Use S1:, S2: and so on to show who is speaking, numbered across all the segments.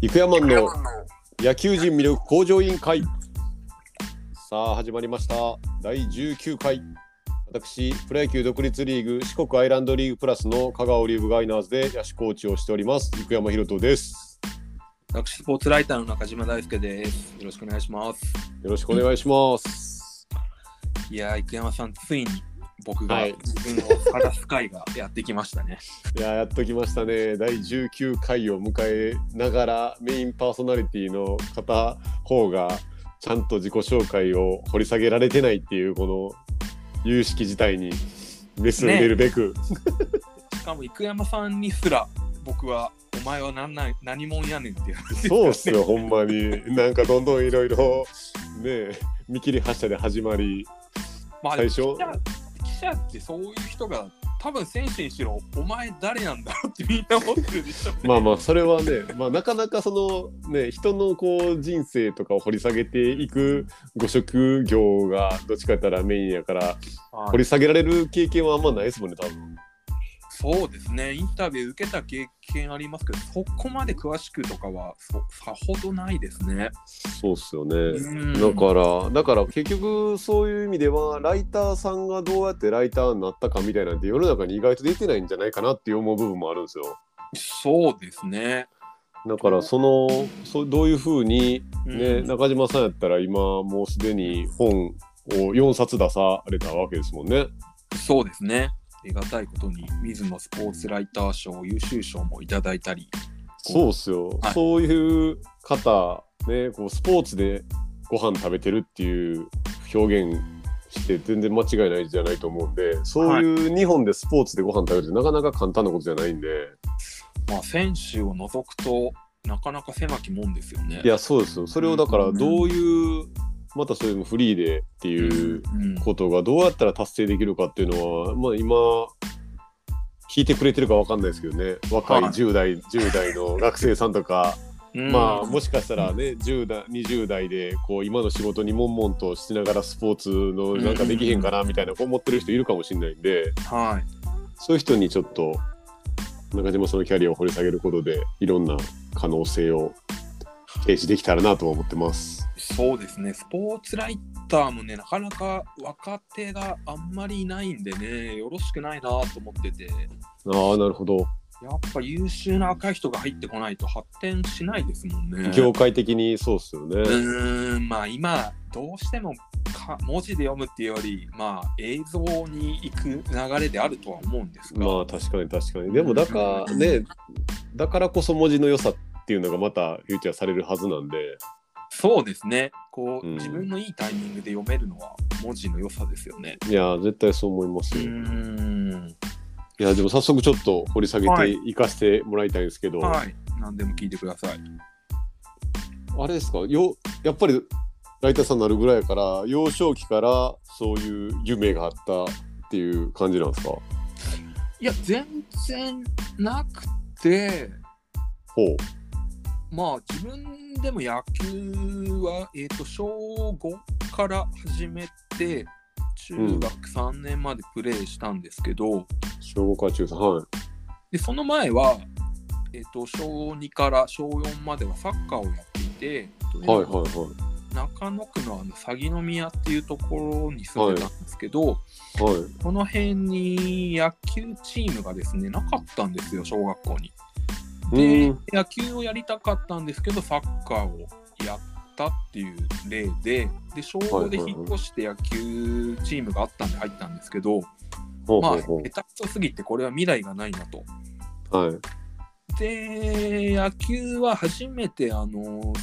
S1: 肉山の
S2: は
S1: 野球人魅力向上委員会さあ始まりました第19回私プロ野球独立リーグ四国アイランドリーグプラスの香川オリーブガイナーズで野手コーチをしております肉山ひろとです
S2: 私、スポーツライターの中島大輔です。よろしくお願いします。
S1: よろしくお願いします
S2: いやー、生山さん、ついに僕が
S1: はい
S2: 自分を探す会がやってきましたね。
S1: いやーやっときましたね第19回を迎えながらメインパーソナリティの片方がちゃんと自己紹介を掘り下げられてないっていうこの有識事態にメスを入れるべく、
S2: しかも、生山さんにすら僕は、お前は何なん何者やねんっていう。
S1: そうっすよ、ほんまに。なんかどんどんいろいろ、ねえ、見切り発車で始まり、
S2: まあ、
S1: 最初
S2: 記者記者ってそういう人が、多分選手にしろ、お前誰なんだろうってみんな思ってるでしょ。
S1: まあまあ、それはね、まあ、なかなかその、ね、人のこう人生とかを掘り下げていくご職業がどっちかやったらメインやから、
S2: あ
S1: 掘り下げられる経験はあんまないですもんね、多分。
S2: そうですね、インタビュー受けた経験ありますけど、そこまで詳しくとかはそさほどないですね。
S1: そうっすよ
S2: う
S1: ね。
S2: ん
S1: だから、だから結局そういう意味では、ライターさんがどうやってライターになったかみたいなんて世の中に意外と出てないんじゃないかなって思う部分もあるんですよ。
S2: そうですね。
S1: だからそのそうどういうふうに、ね
S2: うん
S1: 中島さんやったら今もうすでに本を4冊出されたわけですもんね。
S2: そうですね。ありがたいことに、水野スポーツライター賞、優秀賞もいただいたり、
S1: そうっすよ、
S2: はい
S1: そういう方、ね、こうスポーツでご飯食べてるっていう表現して全然間違いないじゃないと思うんでそういう日本でスポーツでご飯食べるってなかなか簡単なことじゃないんで、
S2: まあ、選手を除くとなかなか狭きもんですよね。
S1: いやそうですよそれをだからどういうまたそれもフリーでって
S2: う、
S1: いうん
S2: うん
S1: ことがどうやったら達成できるかっていうのは、まあ、今聞いてくれてるかわかんないですけどね若い
S2: はい
S1: 10代、10代の学生さんと か、
S2: うん
S1: まあ、もしかしたらね10代20代でこう今の仕事に悶々としながらスポーツのなんかできへんかなみたいな思ってる人いるかもしれないんで
S2: はい、
S1: そういう人にちょっと中島さんのキャリアを掘り下げることでいろんな可能性を提示できたらなとは思ってます。
S2: そうですね、スポーツライターもね、なかなか若手があんまりいないんでね、よろしくないなと思ってて。
S1: ああなるほど
S2: やっぱ優秀な赤い人が入ってこないと発展しないですもんね。
S1: 業界的にそうっすよね。
S2: うーんまあ今どうしてもか文字で読むっていうよりまあ映像に行く流れであるとは思うんですが、
S1: まあ確かに確かにでもだからねだからこそ文字の良さっていうのがまたフューチャーされるはずなんで
S2: そうですねこう、
S1: うん
S2: 自分のいいタイミングで読めるのは文字の良さですよね。
S1: いや絶対そう思います
S2: う
S1: よ、
S2: ー
S1: い
S2: ん
S1: やでも早速ちょっと掘り下げ
S2: は
S1: て
S2: い
S1: いかせてもらいたいんですけど、
S2: はい何でも聞いてください。
S1: あれですかよやっぱりライターさんになるぐらいやから幼少期からそういう夢があったっていう感じなんですかほ
S2: いや全然なくて
S1: う
S2: まあ自分でも野球は、えー、と小5から始めて中学3年までプレーしたんですけど、
S1: 小5から中3はい
S2: でその前は、えー、と小2から小4まではサッカーをやっていて、
S1: はいはいは
S2: 中野区のあの鷺宮っていうところに住んでたんですけど、
S1: いはい
S2: この辺に野球チームがですねなかったんですよ小学校に。で、
S1: うん
S2: 野球をやりたかったんですけどサッカーをやったっていう例でで小5で
S1: はいはい
S2: 引
S1: はい
S2: っ越して野球チームがあったんで入ったんですけど、
S1: ほう
S2: ま
S1: ほ
S2: あ
S1: うほ
S2: 下手くそすぎてこれは未来がないなと。
S1: うはい
S2: で野球は初めてあの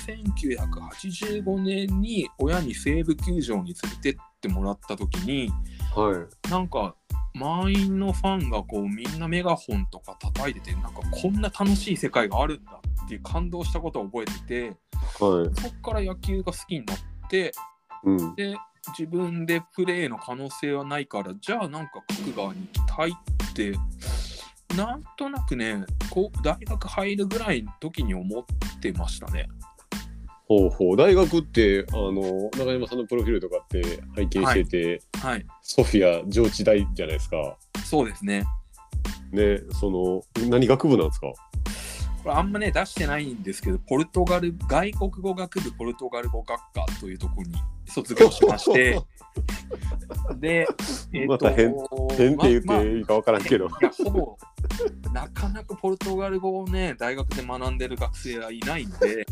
S2: 1985年に親に西武球場に連れてってもらった時に
S1: はい
S2: なんか満員のファンがこうみんなメガホンとか叩いててなんかこんな楽しい世界があるんだっていう感動したことを覚えてて
S1: はい
S2: そこから野球が好きになって
S1: うん
S2: で自分でプレーの可能性はないからじゃあなんか角川に行きたいってなんとなくねこう大学入るぐらいの時に思ってましたね。
S1: ほうほう大学ってあの中山さんのプロフィールとかって拝見してて、
S2: はい
S1: ソフィア上智大じゃないですか
S2: そうですね
S1: ねその何学部なんですか
S2: これあんまね出してないんですけどポルトガル外国語学部ポルトガル語学科というところに卒業しましてで、
S1: また変 変って言
S2: まま
S1: っていいか分からんけど、
S2: いやほぼなかなかポルトガル語をね大学で学んでる学生はいないので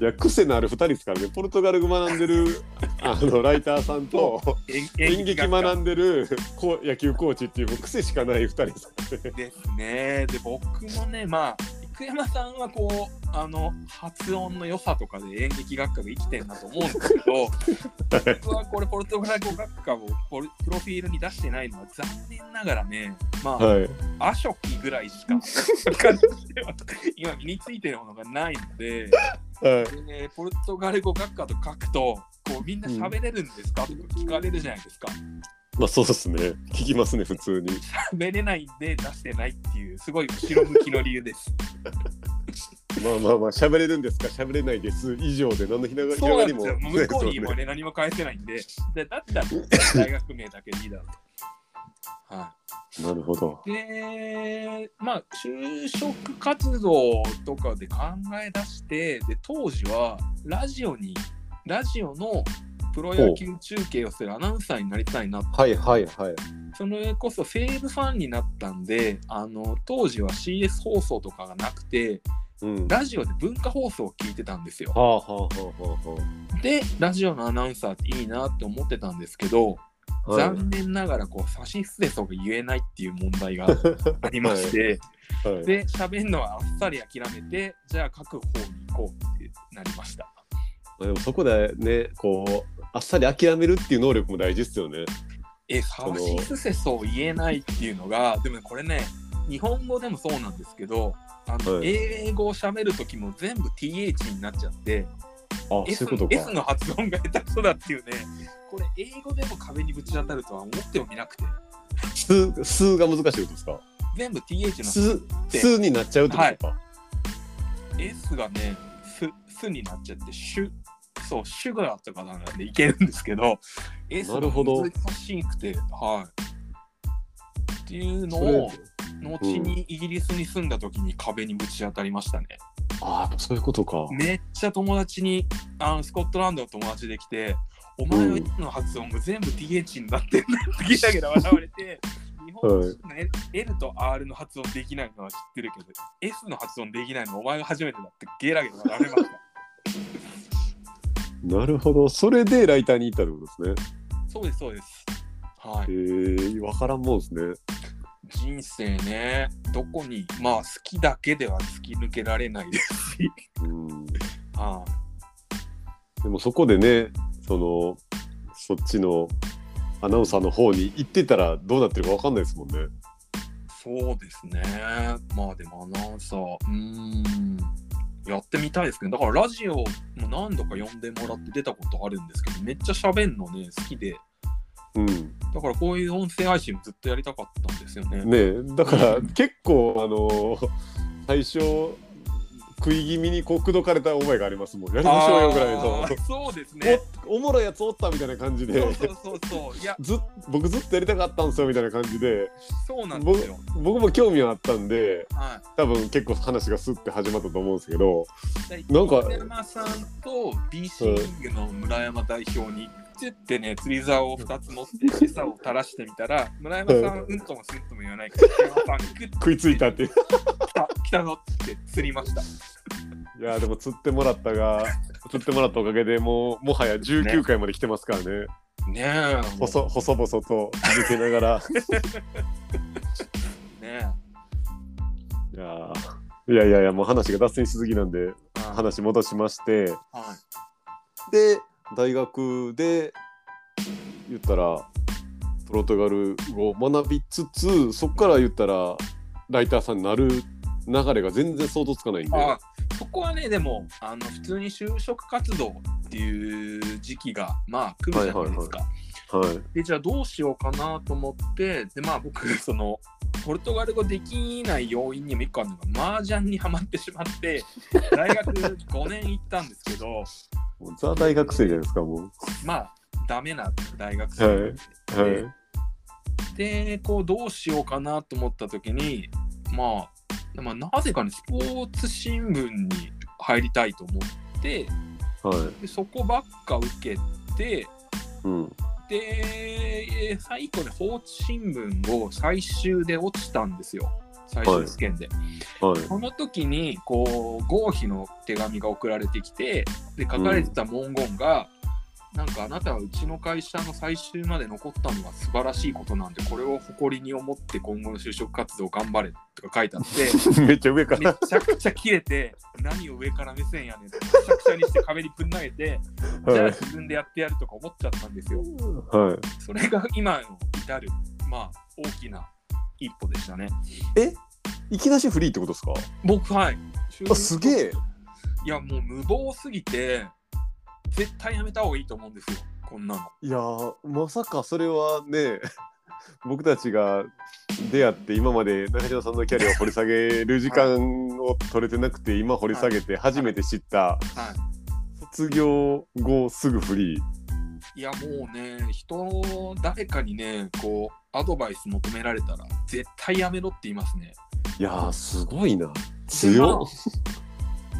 S1: いや癖のある2人ですからねポルトガル語学んでる あのライターさんと
S2: 演
S1: 演劇
S2: 学科
S1: 学んでるこう野球コーチっていうもう癖しかない2人です
S2: ですね。で僕もねまあ生山さんはこうあの発音の良さとかで演劇学科が生きてんなと思うんですけど僕はこれポルトガル語学科をポルプロフィールに出してないのは残念ながらねまあ、
S1: はい
S2: アショキぐらいしか他の手は今身についてるものがないので
S1: はい
S2: でねポルトガル語学科と書くとこうみんな喋れるんですか、とか聞かれるじゃないですか。
S1: まあそうですね聞きますね普通に
S2: 喋れないんで出してないっていうすごい後ろ向きの理由です。
S1: まあまあまあ喋れるんですか喋れないです以上で何のひなが
S2: そうなん
S1: り
S2: です
S1: も
S2: よ。もう向こう にもね、何も返せないんで、でだった ら大学名だけでいいだろうと。は
S1: なるほど
S2: い、で、まあ、就職活動とかで考え出して、で、当時はラジオに、ラジオのプロ野球中継をするアナウンサーになりたいな
S1: はいはいはい
S2: それこそ西武ファンになったんであの当時は CS 放送とかがなくて
S1: うんは
S2: ラジオで文化放送を聞いてたんですよ
S1: あはあはあは
S2: でラジオのアナウンサーっていいなって思ってたんですけど、
S1: あは
S2: 残念ながらこう差しすでそが言えないっていう問 題がありまして、
S1: い、はい、
S2: で喋るのはあっさり諦めてじゃあ書く方に行こうってなりました
S1: でもそこでねこうあっさり諦めるっていう能力も大事ですよね
S2: え差
S1: の
S2: しすせそう言えないっていうのがでもねこれね日本語でもそうなんですけどあの、
S1: はい
S2: 英語を喋る時も全部 TH になっちゃって
S1: あ
S2: S,
S1: そういうことか
S2: S の発音が下手くそだっていうねこれ英語でも壁にぶち当たるとは思ってもみなくて
S1: 数数が難しいことですか
S2: 全部 TH の
S1: 数数になっちゃうってことか、
S2: S がね、す、すになっちゃって、シュ、そう、シュガーとかなんでいけるんですけど、S が
S1: なるほど
S2: 難しくて、はい。っていうの
S1: それ
S2: を、後にイギリスに住んだ時に壁にぶち当たりましたね。
S1: ああやっぱそういうことか
S2: めっちゃ友達に、あの、スコットランドの友達できて、お前の S の発音が全部 TH になってんだってギラギラ笑わ れて、日本人の L- L と R の発音できないのは知ってるけど、S の発音できないのはお前が初めてだってゲラゲラ笑われました。
S1: なるほどそれでライターに行ったってことですね
S2: そうです、そうです。はい。
S1: へえ分からんもんですね
S2: 人生ね、どこに、まあ、好きだけでは突き抜けられないですし。
S1: うん
S2: は
S1: でもそこでねそのそっちのアナウンサーの方に行ってたらどうなってるか分かんないですもんね
S2: い。そうですね。まあ、でも、アナウンサー、うーん。やってみたいですけど、だからラジオも何度か呼んでもらって出たことあるんですけど、めっちゃ喋んのね、好きで、
S1: うん
S2: だからこういう音声配信ずっとやりたかったんですよね。
S1: ねえだから結構あの最初食い気味にこう口説かれた覚えがありますもんやりましょうよぐらいの
S2: あーそうですね。
S1: おおもろいやつおったみたいな感じで
S2: そうそうそうそう。いや、
S1: ずっ僕ずっとやりたかったんですよみたいな感じで
S2: そうなんですよ。
S1: 僕も興味はあったんで
S2: はい。
S1: 多分結構話がスッて始まったと思うんですけど
S2: なんか、山さんと BC リーグの村山代表に行ってってね、釣り竿を2つ持って、餌を垂らしてみたら、村山さん、うんともすんとも言わないから、山さん、グッ
S1: 食いついたってい う
S2: 来た、来たぞって釣りました。
S1: いやでも釣ってもらったが釣ってもらったおかげでもうもはや19回まで来てますからね
S2: ねえ、も
S1: 細細々と続けなが ら
S2: うね
S1: いやーいやいやいやもう話が脱線しすぎなんで
S2: え。はい。
S1: 話戻しまして
S2: はい
S1: で大学で言ったらポルトガル語を学びつつそこから言ったらライターさんになる流れが全然想像つかないんで
S2: あそこはね、でも、あの普通に就職活動っていう時期が、まあ、来るじゃないですか。
S1: はい、
S2: でじゃあどうしようかなと思ってでまあ僕 そのポルトガル語できない要因にも一個あるのが麻雀にはまってし まって大学5年行ったんですけど
S1: もうザ大学生じゃないですかも
S2: まあダメな大学生なんで,、
S1: う、はい
S2: でこうどうしようかなと思った時にまあでまあ、なぜかね、スポーツ新聞に入りたいと思って、
S1: はい。
S2: でそこばっか受けて、
S1: うん。
S2: で、えー最後ね、放置新聞を最終で落ちたんですよ。最終試験で。
S1: はい。
S2: その時に、こう、合否の手紙が送られてきて、で、書かれてた文言が、なんかあなたはうちの会社の最終まで残ったのが素晴らしいことなんで、これを誇りに思って今後の就職活動頑張れとか書いてあ って、
S1: めっちゃ上か
S2: め
S1: ら。
S2: ちゃくちゃ切れて、何を上から目線やねんって、めちゃくちゃにして壁にぶん投げて、じゃあ
S1: はい。
S2: 自分でやってやるとか思っちゃったんですよ。
S1: はい。
S2: それが今の至る、まあ、大きな一歩でしたね。
S1: いきなしフリーってことですか
S2: 僕、はい。
S1: あすげえ。
S2: いや、もう無謀すぎて、絶対やめた方がいいと思うんですよ、こんなの。
S1: いやーまさかそれはね 僕たちが出会って今まで中島さんのキャリアを掘り下げる時間を取れてなくて今掘り下げて初めて知った
S2: は
S1: 卒業後すぐフリー
S2: い。いや、もうね、人、誰かにね、こう、アドバイス求められたら、絶対やめろって言いますね。
S1: いやーすごいな
S2: で
S1: 強
S2: ま
S1: っ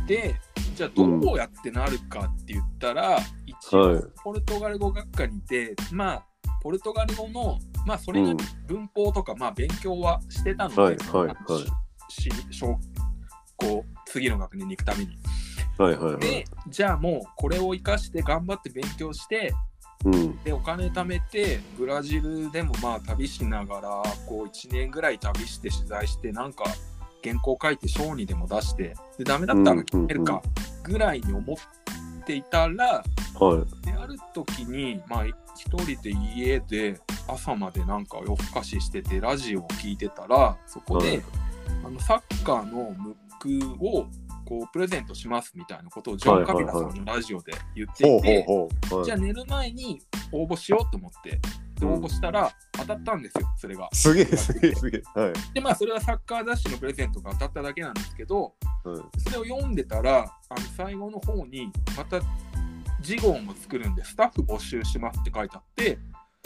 S2: あでじゃあどうやってなるかって言ったら、一
S1: はい
S2: 応ポルトガル語学科にいて、まあポルトガル語のまあそれ
S1: う
S2: なんり文法とか、まあ勉強はしてたので、
S1: はいはいはい
S2: あのし小こう次の学年に行くために。
S1: はいはいはい
S2: でじゃあもうこれを生かして頑張って勉強して
S1: うん
S2: でお金貯めてブラジルでもまあ旅しながらこう1年ぐらい旅して取材してなんか原稿書いて賞にでも出してでダメだったら決めるかぐらいに思っていたら
S1: は
S2: である時にまあ一人で家で朝までなんか夜更かししててラジオを聞いてたらそこ
S1: は
S2: で
S1: い
S2: あのサッカーのムックをこうプレゼントしますみたいなことをジョン・カビラさんのラジオで言っ
S1: いほ
S2: て
S1: う
S2: い
S1: ほう
S2: て。
S1: ほう、はい
S2: じゃあ寝る前に応募しようと思って、で応募したら当たったんですよ、それが。
S1: すげえすげえすげえはい
S2: で、まあ、それはサッカー雑誌のプレゼントが当たっただけなんですけど、
S1: はい
S2: それを読んでたら、あの最後の方に、また次号も作るんで、スタッフ募集しますって書いてあって、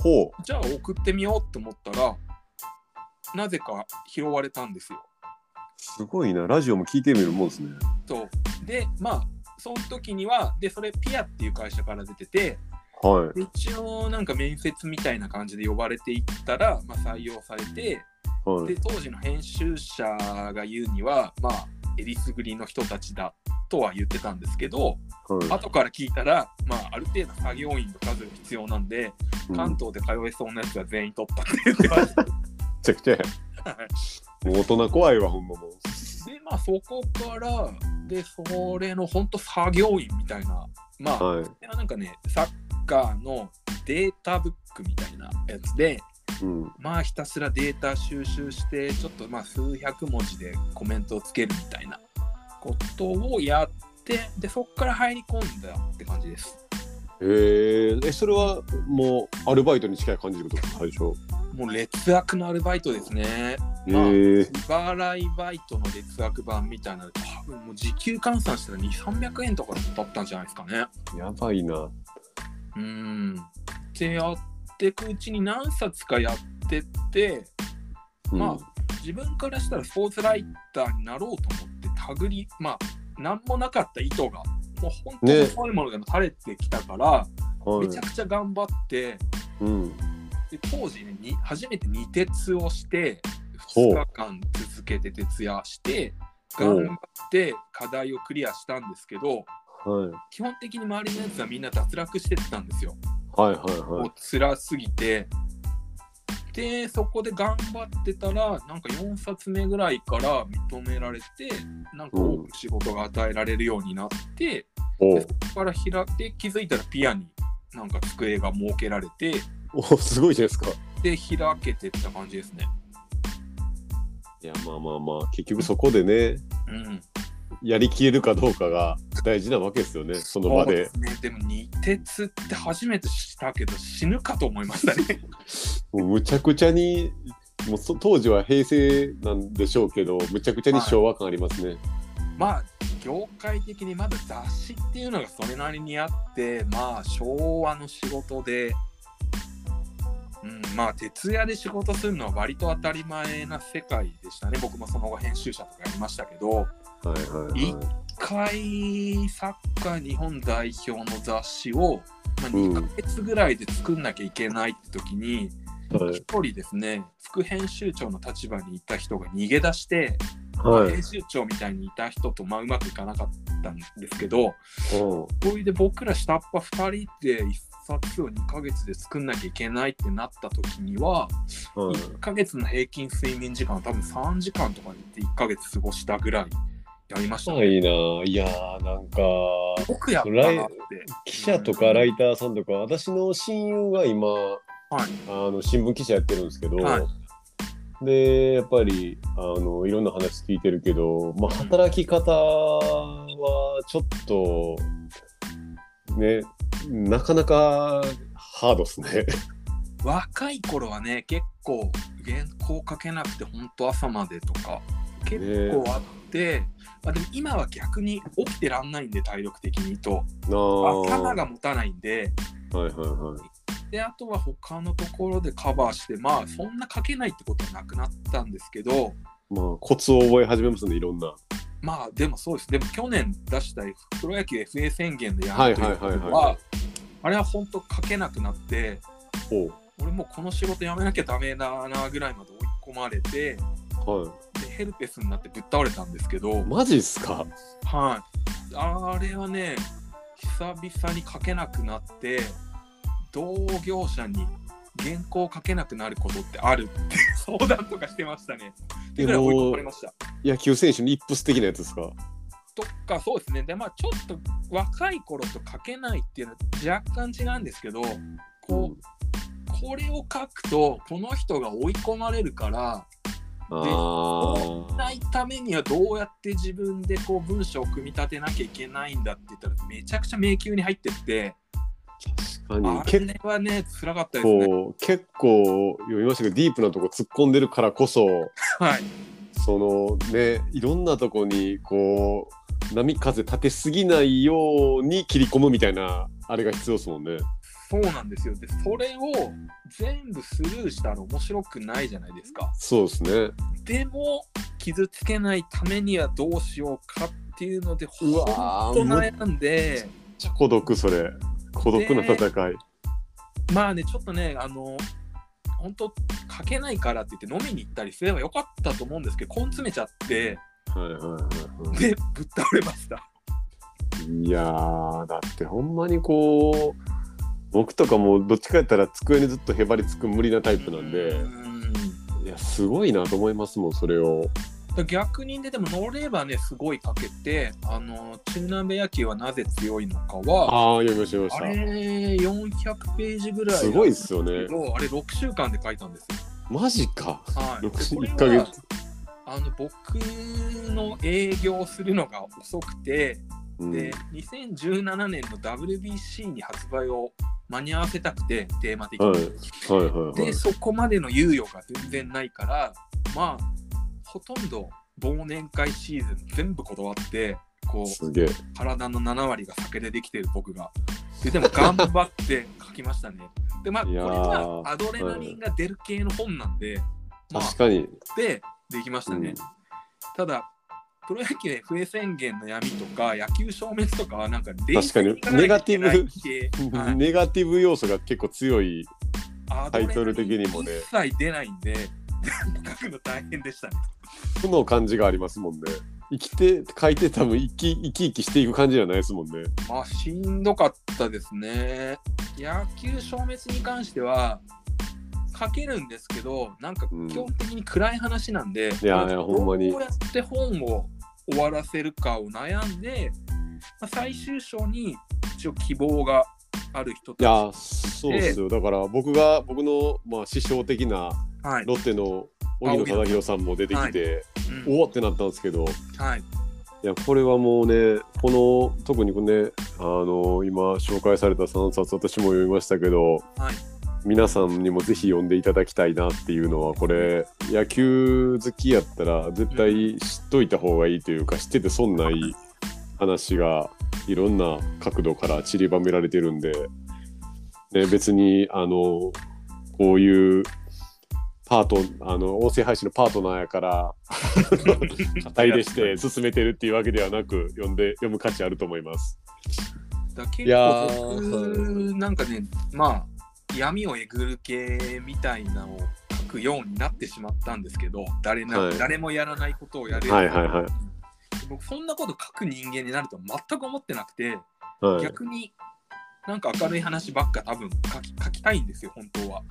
S1: ほ
S2: じゃあ送ってみようと思ったら、なぜか拾われたんですよ。
S1: うすごいなラジオも聞いてみるもんですね
S2: とで、まあ、その時には、で、それ、ピアっていう会社から出てて、
S1: は
S2: で一応なんか面接みたいな感じで呼ばれていったら、まあ、採用されて
S1: いはい
S2: で当時の編集者が言うにはまあえりすぐりの人たちだとは言ってたんですけど
S1: はい
S2: 後から聞いたら、まあ、ある程度作業員の数が必要なんで
S1: うん
S2: 関東で通えそうなやつは全員取ったって言ってまし
S1: めちゃくちゃや
S2: た。はい
S1: もう大人怖いわほんまもう
S2: でまあそこからでそれの本当作業員みたいなまあ、
S1: はい
S2: それはなんかねサッカーのデータブックみたいなやつで。
S1: うん
S2: まあひたすらデータ収集してちょっとまあ数百文字でコメントをつけるみたいなことをやってでそこから入り込んだって感じです
S1: へええそれはもうアルバイトに近い感じってことですか最初
S2: もう劣悪のアルバイトですね
S1: へ
S2: まあ
S1: え
S2: 日払いバイトの劣悪版みたいなの多分もう時給換算したら2300円とかだったんじゃないですかね
S1: やばいな
S2: うーんでやっていくうちに何冊かやってってま自分からしたらスポーツライターになろうと思って手繰りまあ何もなかった意図がもう本当
S1: ね
S2: にそういうものでも垂れてきたから、
S1: あは
S2: め
S1: い
S2: ちゃくちゃ頑張って
S1: うん
S2: で当時ねに初めて二鉄をして
S1: ほう
S2: 2日間続けて徹夜して
S1: ほう
S2: 頑張って課題をクリアしたんですけど
S1: はい
S2: 基本的に周りのやつはみんな脱落してったんですよ。
S1: はいはいは
S2: もう
S1: い
S2: 辛すぎてでそこで頑張ってたらなんか4冊目ぐらいから認められてなんか多く仕事が与えられるようになって、
S1: お
S2: でそこから開いて気づいたらピアになんか机が設けられて
S1: おすごいじゃないですか
S2: で開けてった感じですね。
S1: いやまあまあまあ結局そこでね
S2: うん、
S1: やりきれるかどうかが大事なわけですよねその場
S2: そう
S1: です
S2: ね、でも二鉄って初めて知ったけど死ぬかと思いましたね。
S1: もうむちゃくちゃにもうそ当時は平成なんでしょうけどむちゃくちゃに昭和感ありますね、
S2: まあ業界的にまだ雑誌っていうのがそれなりにあってまあ昭和の仕事で、うん、まあ徹夜で仕事するのは割と当たり前な世界でしたね僕もその後編集者とかやりましたけど
S1: はいはいはい
S2: 一回サッカー日本代表の雑誌を、まあ、2ヶ月ぐらいで作んなきゃいけないって時に
S1: は
S2: 一人ですね副編集長の立場にいた人が逃げ出して、
S1: いはい
S2: 編集長みたいにいた人とまあうまくいかなかったんですけど
S1: うん
S2: それで僕ら下っ端2人で1冊を2ヶ月で作んなきゃいけないってなった時には
S1: はい
S2: 1ヶ月の平均睡眠時間は多分3時間とかで1ヶ月過ごしたぐらいやりました、
S1: いいないやーなんか
S2: よくやったなっ
S1: ライ
S2: て。
S1: 記者とかライターさんとか私の親友が今
S2: はい。
S1: あの新聞記者やってるんですけど、
S2: は
S1: でやっぱりあのいろんな話聞いてるけど、まあ、働き方はちょっとねなかなかハードですね。
S2: 若い頃はね、結構原稿書けなくて、本当朝までとか、結構あって、まあ、でも今は逆に起きてらんないんで、体力的にと、
S1: なあ
S2: 頭が持たないんで、
S1: はいはいはい。
S2: で、あとは他のところでカバーして、まあ、そんな書けないってことはなくなったんですけど、
S1: まあコツを覚え始めますねいろんな。
S2: まあでもそうです。でも去年出したプロ野球 FA 宣言でや
S1: はい
S2: ると
S1: はいいう
S2: こ
S1: はいはい
S2: とは、あれは本当書けなくなって、
S1: ほ
S2: 俺もうこの仕事辞めなきゃダメだなぐらいまで追い込まれてで
S1: うは
S2: ヘルペスになってぶっ倒れたんですけど、
S1: い。マジっすか。
S2: はい、あれはね久々に書けなくなって同業者に原稿を書けなくなることってあるって 相談とかしてましたね。ってぐらい追い込まれました。
S1: 野球選手に一ス的なやつですか。
S2: とかそうですねでまあちょっと若い頃と書けないっていうのは若干違うんですけどこう、これを書くとこの人が追い込まれるから
S1: あ
S2: ないためにはどうやって自分でこう文章を組み立てなきゃいけないんだって言ったらめちゃくちゃ迷宮に入ってって、
S1: あ。確かに
S2: あれはね辛かったですね。
S1: こう結構読みましたけどディープなとこ突っ込んでるからこそ
S2: はい、
S1: そのねいろんなとこにこう波風立てすぎないように切り込むみたいなあれが必要ですもんね。
S2: そうなんですよでそれを全部スルーしたら面白くないじゃないですか。
S1: そうですね。
S2: でも傷つけないためにはどうしようかっていうので
S1: う
S2: 本
S1: わ
S2: 当
S1: ーむっ
S2: 悩んで
S1: ちゃ孤独それ孤独な戦い。
S2: まあねちょっとねあの本当書けないからって言って飲みに行ったりすればよかったと思うんですけど根詰めちゃって
S1: はいはいはいはい。
S2: でぶっ倒れました。
S1: いやーだってほんまにこう僕とかもどっちかやったら机にずっとへばりつく無理なタイプなんで
S2: う、ん
S1: いやすごいなと思いますもんそれを。
S2: 逆にででも乗ればねすごいかけてあの中南米野球はなぜ強いのかは
S1: ああ読みました読みまし
S2: あ
S1: た。
S2: れ400ページぐらい
S1: すごいっすよね
S2: け。どあれ6週間で書いたんですよ。
S1: マジか。
S2: はい、
S1: 6週
S2: これは
S1: 1ヶ月
S2: あの僕の営業するのが遅くて
S1: うん
S2: で2017年の WBC に発売を間に合わせたくてテーマ的に。
S1: はいはいはいはい
S2: で。そこまでの猶予が全然ないからまあほとんど忘年会シーズン全部断ってこう
S1: すげえ。
S2: 体の7割が酒でできてる僕がででも頑張って書きましたねでまあこ
S1: い
S2: れ
S1: やー
S2: はアドレナリンが出る系の本なんで、まあ
S1: 確かに。
S2: でできました
S1: う
S2: ね、
S1: ん
S2: ただプロ野球 FA 宣言の闇とか野球消滅とかはなんか
S1: 確
S2: 冷
S1: か
S2: 静
S1: に
S2: に考えなきゃいけない系はい
S1: ネガティブ要素が結構強い。
S2: アド
S1: タ
S2: レ
S1: イ
S2: ナ
S1: ト
S2: リ
S1: ル
S2: ン
S1: 的にもね
S2: 一切出ないんで 書くの大変でしたね
S1: 負の感じがありますもんね。生きて書いて多分生き生き生きしていく感じじゃないですもんね。
S2: まあしんどかったですね野球消滅に関しては書けるんですけどなんか
S1: うん
S2: 基本的に暗い話なんで、
S1: いやいやほんまに
S2: どうやって本を終わらせるかを悩んで、まあ、最終章に一応希望がある人
S1: い
S2: たち
S1: やそうですよ。だから僕が僕のまあ師匠的な
S2: はい、
S1: ロッテの荻野忠宏さんも出てきて、
S2: うん
S1: おおってなったんですけど。
S2: はい、
S1: いやこれはもうねこの特にねあの今紹介された3冊私も読みましたけど
S2: はい、
S1: 皆さんにもぜひ読んでいただきたいなっていうのはこれ野球好きやったら絶対知っといた方がいいというか知ってて損ない話がいろんな角度から散りばめられてるんで、ね、別にあのこういうパートあの音声配信のパートナーやから 肩入れして進めてるっていうわけではなく読んで読む価値あると思います。
S2: だ結
S1: いや
S2: 構僕なんかねまあ闇をえぐる系みたいなのを書くようになってしまったんですけど誰な、
S1: はい
S2: 誰もやらないことをやれる、
S1: はいはいはい
S2: 僕そんなこと書く人間になるとは全く思ってなくて、
S1: はい、
S2: 逆になんか明るい話ばっか多分書き書きたいんですよ本当は。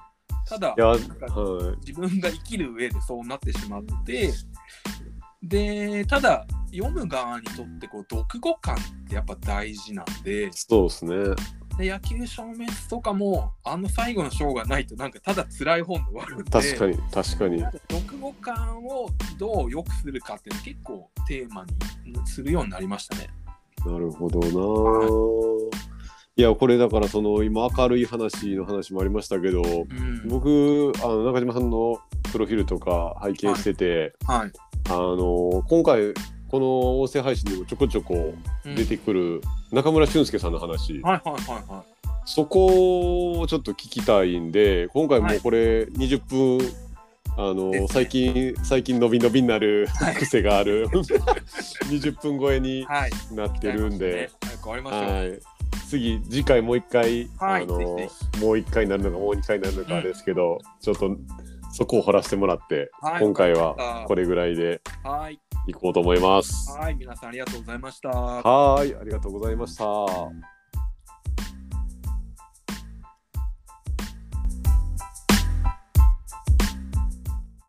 S2: ただ
S1: いや
S2: なんか
S1: はい
S2: 自分が生きる上でそうなってしまってでただ読む側にとってこう読語感ってやっぱ大事なんで
S1: そうですね。
S2: で野球消滅とかもあの最後の章がないとなんかただ辛い本で終わるんで
S1: 確かに確かに
S2: なん。か読語感をどう良くするかっていうの結構テーマにするようになりましたね。
S1: なるほどな。いやこれだからその今明るい話の話もありましたけど
S2: うん、
S1: 僕あの中島さんのプロフィールとか拝見してて、
S2: はい、
S1: あの今回この音声配信にもちょこちょこ
S2: うん
S1: 出てくる中村俊介さんの話、
S2: はいはいはいはい。
S1: そこをちょっと聞きたいんで今回もうこれ20分、あの、
S2: ですね
S1: 最近最近伸び伸びになる
S2: はい
S1: 癖がある 20分超えに
S2: はい。
S1: なってるんで、
S2: 早く終わりましょう。
S1: はい、次次回もう一回、
S2: はい
S1: あの
S2: ぜひぜ
S1: もう一回になるのかもう二回になるのかあれですけど、ちょっとそこを掘らせてもらって、
S2: はい
S1: 今回
S2: わかりまし
S1: は
S2: た
S1: これぐらいで
S2: はい。
S1: いこうと思います。
S2: はい。皆さんありがとうございました。
S1: はーい、ありがとうございました。